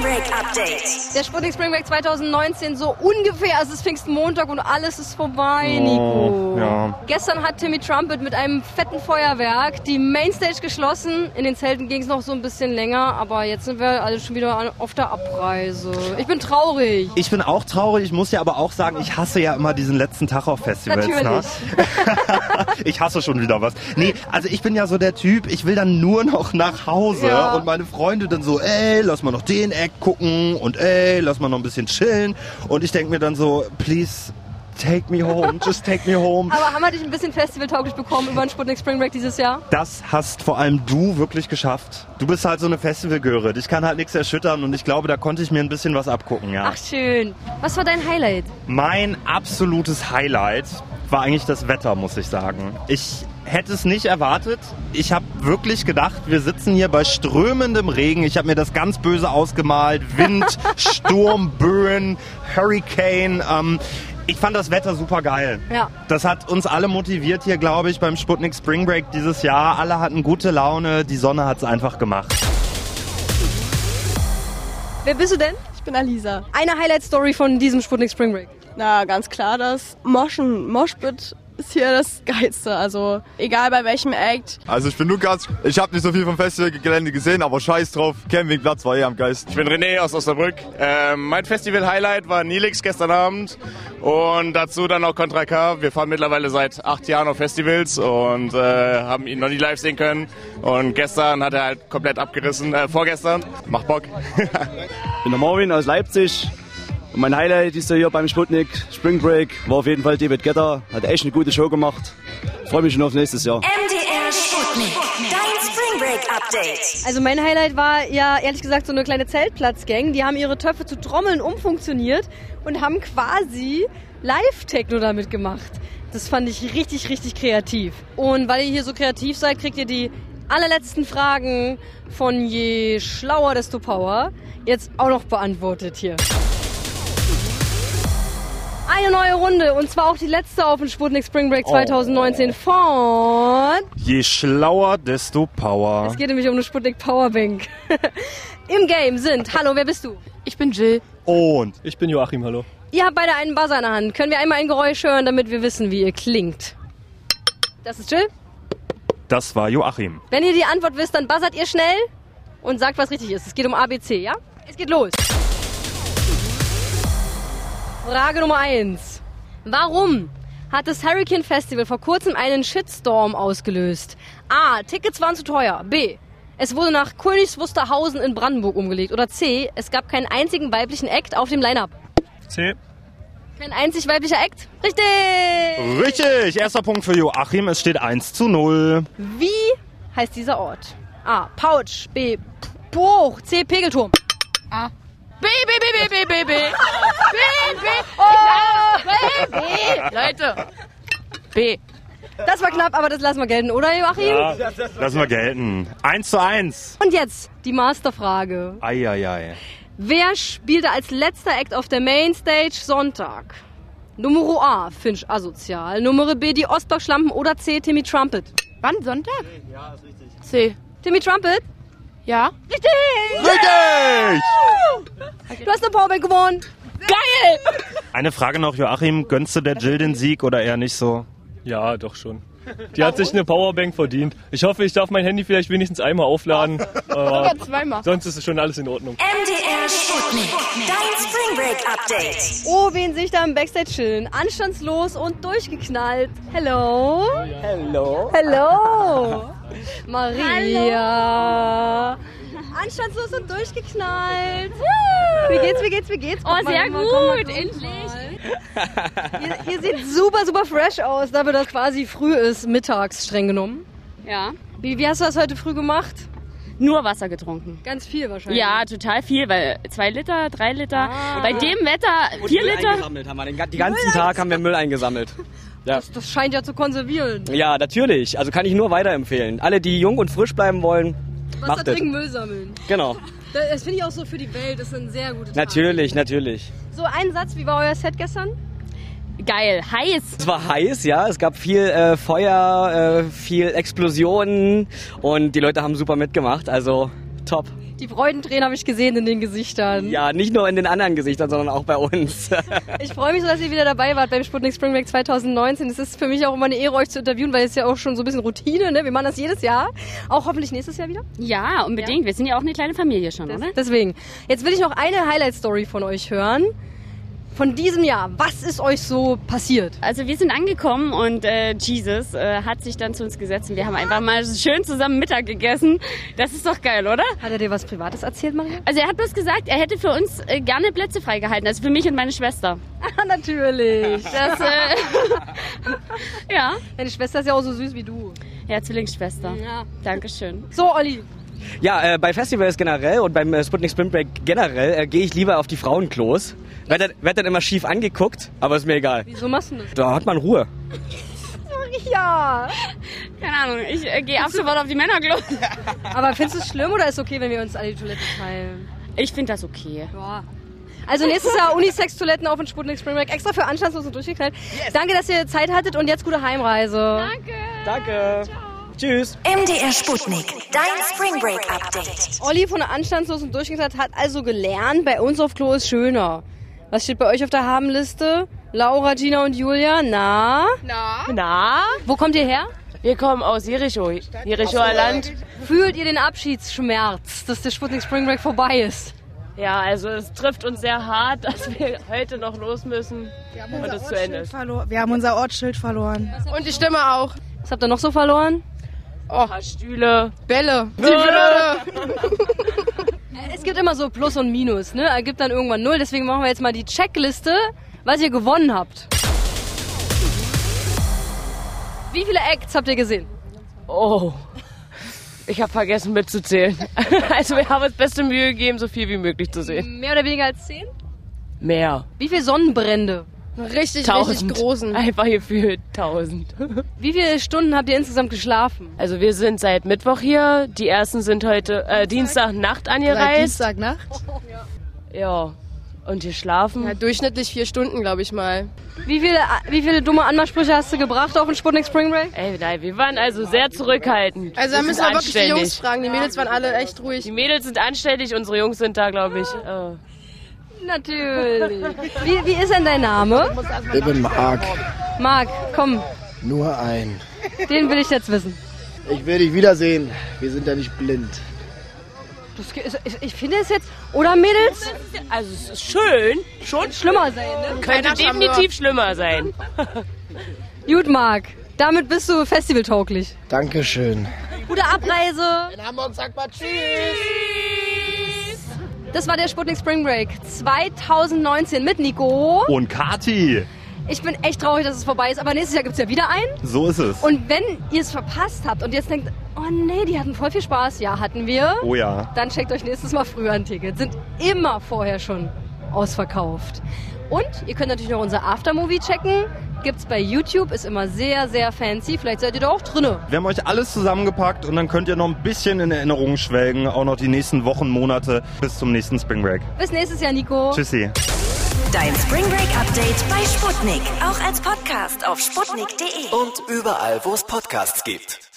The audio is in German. Break Update. Der Sputnik Spring Break 2019 so ungefähr, also es ist Pfingstmontag und alles ist vorbei, Nico. Oh, ja. Gestern hat Timmy Trumpet mit einem fetten Feuerwerk die Mainstage geschlossen. In den Zelten ging es noch so ein bisschen länger, aber jetzt sind wir alle schon wieder an- auf der Abreise. Ich bin traurig. Ich bin auch traurig, ich muss ja aber auch sagen, ich hasse ja immer diesen letzten Tag auf Festivals. Ne? Ich hasse schon wieder was. Nee, also ich bin ja so der Typ, ich will dann nur noch nach Hause Ja. und meine Freunde dann so, ey, lass mal noch den Eck gucken und ey, lass mal noch ein bisschen chillen. Und ich denke mir dann so, please take me home, just take me home. Aber haben wir dich ein bisschen festivaltauglich bekommen über den Sputnik Spring Break dieses Jahr? Das hast vor allem du wirklich geschafft. Du bist halt so eine Festivalgöre. Dich kann halt nichts erschüttern und ich glaube, da konnte ich mir ein bisschen was abgucken, ja. Ach schön. Was war dein Highlight? Mein absolutes Highlight war eigentlich das Wetter, muss ich sagen. Ich hätte es nicht erwartet. Ich habe wirklich gedacht, wir sitzen hier bei strömendem Regen. Ich habe mir das ganz böse ausgemalt. Wind, Sturm, Böen, Hurricane. Ähm, ich fand das Wetter super geil. Ja. Das hat uns alle motiviert hier, glaube ich, beim Sputnik Spring Break dieses Jahr. Alle hatten gute Laune. Die Sonne hat es einfach gemacht. Wer bist du denn? Ich bin Alisa. Eine Highlight-Story von diesem Sputnik Spring Break. Na, ganz klar, das Moschen, Moshpit ist hier das Geilste. Also, egal bei welchem Act. Also ich bin Lukas, ich habe nicht so viel vom Festivalgelände gesehen, aber scheiß drauf, Campingplatz war eh am geilsten. Ich bin René aus Osnabrück. Ähm, mein Festival-Highlight war Nilix gestern Abend und dazu dann auch Contra K. Wir fahren mittlerweile seit acht Jahren auf Festivals und äh, haben ihn noch nie live sehen können. Und gestern hat er halt komplett abgerissen, äh, vorgestern. Macht Bock. Ich bin der Marvin aus Leipzig. Und mein Highlight ist ja hier beim Sputnik Spring Break. War auf jeden Fall David Getter. Hat echt eine gute Show gemacht. Freue mich schon auf nächstes Jahr. MDR Sputnik. Dein Spring Break Update. Also mein Highlight war ja ehrlich gesagt so eine kleine Zeltplatzgang. Die haben ihre Töpfe zu Trommeln umfunktioniert und haben quasi Live-Techno damit gemacht. Das fand ich richtig, richtig kreativ. Und weil ihr hier so kreativ seid, kriegt ihr die allerletzten Fragen von je schlauer, desto Power jetzt auch noch beantwortet hier. Eine neue Runde und zwar auch die letzte auf dem Sputnik Spring Break 2019 von Je schlauer, desto Power. es geht nämlich um eine Sputnik Powerbank. Im Game sind, hallo, wer bist du? Ich bin Jill. Und Ich bin Joachim, hallo. Ihr habt beide einen Buzzer in der Hand. Können wir einmal ein Geräusch hören, damit wir wissen, wie ihr klingt? Das ist Jill. das war Joachim. Wenn ihr die Antwort wisst, dann buzzert ihr schnell und sagt, was richtig ist. Es geht um ABC, ja? Es geht los. Frage Nummer 1. Warum hat das Hurricane Festival vor kurzem einen Shitstorm ausgelöst? A. Tickets waren zu teuer. B. Es wurde nach Königs Wusterhausen in Brandenburg umgelegt. Oder C. Es gab keinen einzigen weiblichen Act auf dem Line-Up. C. Kein einzig weiblicher Act? Richtig! Richtig, erster Punkt für Joachim. Es steht 1 zu 0. Wie heißt dieser Ort? A. Pouch. B. Buch. C. Pegelturm. B, B, B, B, B, B, B. Oh. Leute. B. Das war knapp, aber das lassen wir gelten, oder Joachim? Ah. Lassen wir gelten. 1 zu 1. Und jetzt die Masterfrage. Eieiei. Wer spielte als letzter Act auf der Mainstage Sonntag? Numero A, Finch Asozial. Numero B, die Ostbach-Schlampen. Oder C, Timmy Trumpet. Wann? Sonntag? C. Timmy Trumpet? Ja? Richtig! Richtig! Du hast eine Powerbank gewonnen. Geil! Eine Frage noch, Joachim. Gönnst du der Jill den Sieg oder eher nicht so? Ja, doch schon. Die hat sich eine Powerbank verdient. Ich hoffe, ich darf mein Handy vielleicht wenigstens einmal aufladen. Aber Zweimal. sonst ist schon alles in Ordnung. MDR Sputnik. Dein Spring Break Update. Oh, wen sehe ich da im Backstage chillen? Anstandslos und durchgeknallt. Hello. Hello. Hello. Maria. Anstandslos und durchgeknallt. Wie geht's, wie geht's, wie geht's? oh, sehr gut, endlich. Ihr, ihr seht super, super fresh aus, da wir das quasi früh ist, mittags streng genommen. Ja. Wie, wie hast du das heute früh gemacht? Nur Wasser getrunken. Ganz viel wahrscheinlich. Ja, total viel, weil zwei Liter, drei Liter. Bei dem Wetter vier Liter. eingesammelt haben wir. Den, den ganzen Tag haben wir Müll eingesammelt. Das, das scheint ja zu konservieren. Ja, natürlich. Also kann ich nur weiterempfehlen. Alle, die jung und frisch bleiben wollen, Wasser macht es. trinken, Müll sammeln. Genau. Das, das finde ich auch so für die Welt, das ist ein sehr gutes Natürlich, natürlich. So, ein Satz, wie war euer Set gestern? Geil, heiß. Es war heiß, ja. Es gab viel äh, Feuer, äh, viel Explosionen und die Leute haben super mitgemacht. Also top. Die Freudentränen habe ich gesehen in den Gesichtern. Ja, nicht nur in den anderen Gesichtern, sondern auch bei uns. Ich freue mich so, dass ihr wieder dabei wart beim Sputnik Spring Break 2019. Es ist für mich auch immer eine Ehre, euch zu interviewen, weil es ist ja auch schon so ein bisschen Routine, ne? Wir machen das jedes Jahr. Auch hoffentlich nächstes Jahr wieder. Ja, unbedingt. Wir sind ja auch eine kleine Familie schon, oder? Deswegen. Jetzt will ich noch eine Highlight-Story von euch hören. Von diesem Jahr. Was ist euch so passiert? Also wir sind angekommen und äh, Jesus äh, hat sich dann zu uns gesetzt und wir haben einfach mal schön zusammen Mittag gegessen. Das ist doch geil, oder? Hat er dir was Privates erzählt, Maria? Also er hat bloß gesagt, er hätte für uns äh, gerne Plätze freigehalten, also für mich und meine Schwester. Ah, natürlich. Das, äh, ja. Deine Schwester ist ja auch so süß wie du. Ja, Zwillingsschwester. Ja. Dankeschön. So, Olli. Ja, äh, bei Festivals generell und beim äh, Sputnik Spring Break generell äh, gehe ich lieber auf die Frauenklos. Werd dann, werd dann immer schief angeguckt, aber ist mir egal. Wieso machst du das? Da hat man Ruhe. Ja. Keine Ahnung, ich äh, gehe ab sofort auf die Männerklos. Aber findest du es schlimm oder ist es okay, wenn wir uns alle die Toilette teilen? Ich finde das okay. Ja. Also nächstes Jahr Unisex-Toiletten auf in Sputnik Spring Break. Extra für Anstandslos und durchgeknallt. Danke, dass ihr Zeit hattet und jetzt gute Heimreise. Danke. Danke. Tschüss. MDR Sputnik. Dein Spring Break Update. Olli von der Anstandslos und durchgeknallt hat also gelernt, bei uns auf Klo ist schöner. Was steht bei euch auf der Habenliste? Laura, Gina und Julia, na? Na, Wo kommt ihr her? wir kommen aus Jericho, Jerichoer Land. Fühlt ihr den Abschiedsschmerz, dass der Sputnik Spring Break vorbei ist? Ja, also es trifft uns sehr hart, dass wir heute noch los müssen und es zu Ende ist. Verlo- Wir haben unser Ortsschild verloren. Und die Stimme auch. Was habt ihr noch so verloren? Oh, Stühle. Bälle. Die Würde. Es gibt immer so Plus und Minus, ne? Ergibt dann irgendwann Null. Deswegen machen wir jetzt mal die Checkliste, was ihr gewonnen habt. Wie viele Acts habt ihr gesehen? Oh. Ich habe vergessen mitzuzählen. Also wir haben uns beste Mühe gegeben, so viel wie möglich zu sehen. Mehr oder weniger als zehn? Mehr. Wie viele Sonnenbrände? Richtig, Tausend. richtig großen. Einfach gefühlt tausend. Wie viele Stunden habt ihr insgesamt geschlafen? Also wir sind seit Mittwoch hier. Die ersten sind heute äh, Dienstagnacht Seit angereist. Dienstagnacht. Ja. Und hier schlafen. Ja, durchschnittlich vier Stunden, glaube ich mal. Wie viele, wie viele dumme Anmachsprüche hast du gebracht auf den Sputnik Spring Break? Ey, nein, wir waren also sehr zurückhaltend. Also da Das müssen ist wir wirklich die anständig. Jungs fragen. Die Mädels waren alle echt ruhig. Die Mädels sind anständig, unsere Jungs sind da, glaube ich. Äh, Natürlich. Wie, wie ist denn dein Name? Ich bin Marc, Marc, komm, nur ein. den will ich jetzt wissen. Ich will dich wiedersehen. Wir sind ja nicht blind. Das, ge- ist- ich, ich finde es jetzt, oder Mädels? Also es ist schön, schon Schlimmer sein, ne? könnte definitiv schlimmer sein. Gut, Marc. Damit bist du festivaltauglich. Dankeschön. Gute Abreise. In Hamburg sagt man Tschüss. Das war der Sputnik Spring Break 2019 mit Nico. Und Kati, Ich bin echt traurig, dass es vorbei ist, aber nächstes Jahr gibt es ja wieder einen. so ist es. Und wenn ihr es verpasst habt und jetzt denkt, oh nee, die hatten voll viel Spaß, ja, hatten wir, oh ja. dann checkt euch nächstes Mal früher ein Ticket. Sind immer vorher schon ausverkauft. Und ihr könnt natürlich noch unser Aftermovie checken. Gibt's bei YouTube, ist immer sehr, sehr fancy. Vielleicht seid ihr da auch drinne. Wir haben euch alles zusammengepackt und dann könnt ihr noch ein bisschen in Erinnerung schwelgen, auch noch die nächsten Wochen, Monate bis zum nächsten Spring Break. Bis nächstes Jahr, Nico. Tschüssi. Dein Spring Break Update bei Sputnik. Auch als Podcast auf sputnik.de. Und überall, wo es Podcasts gibt.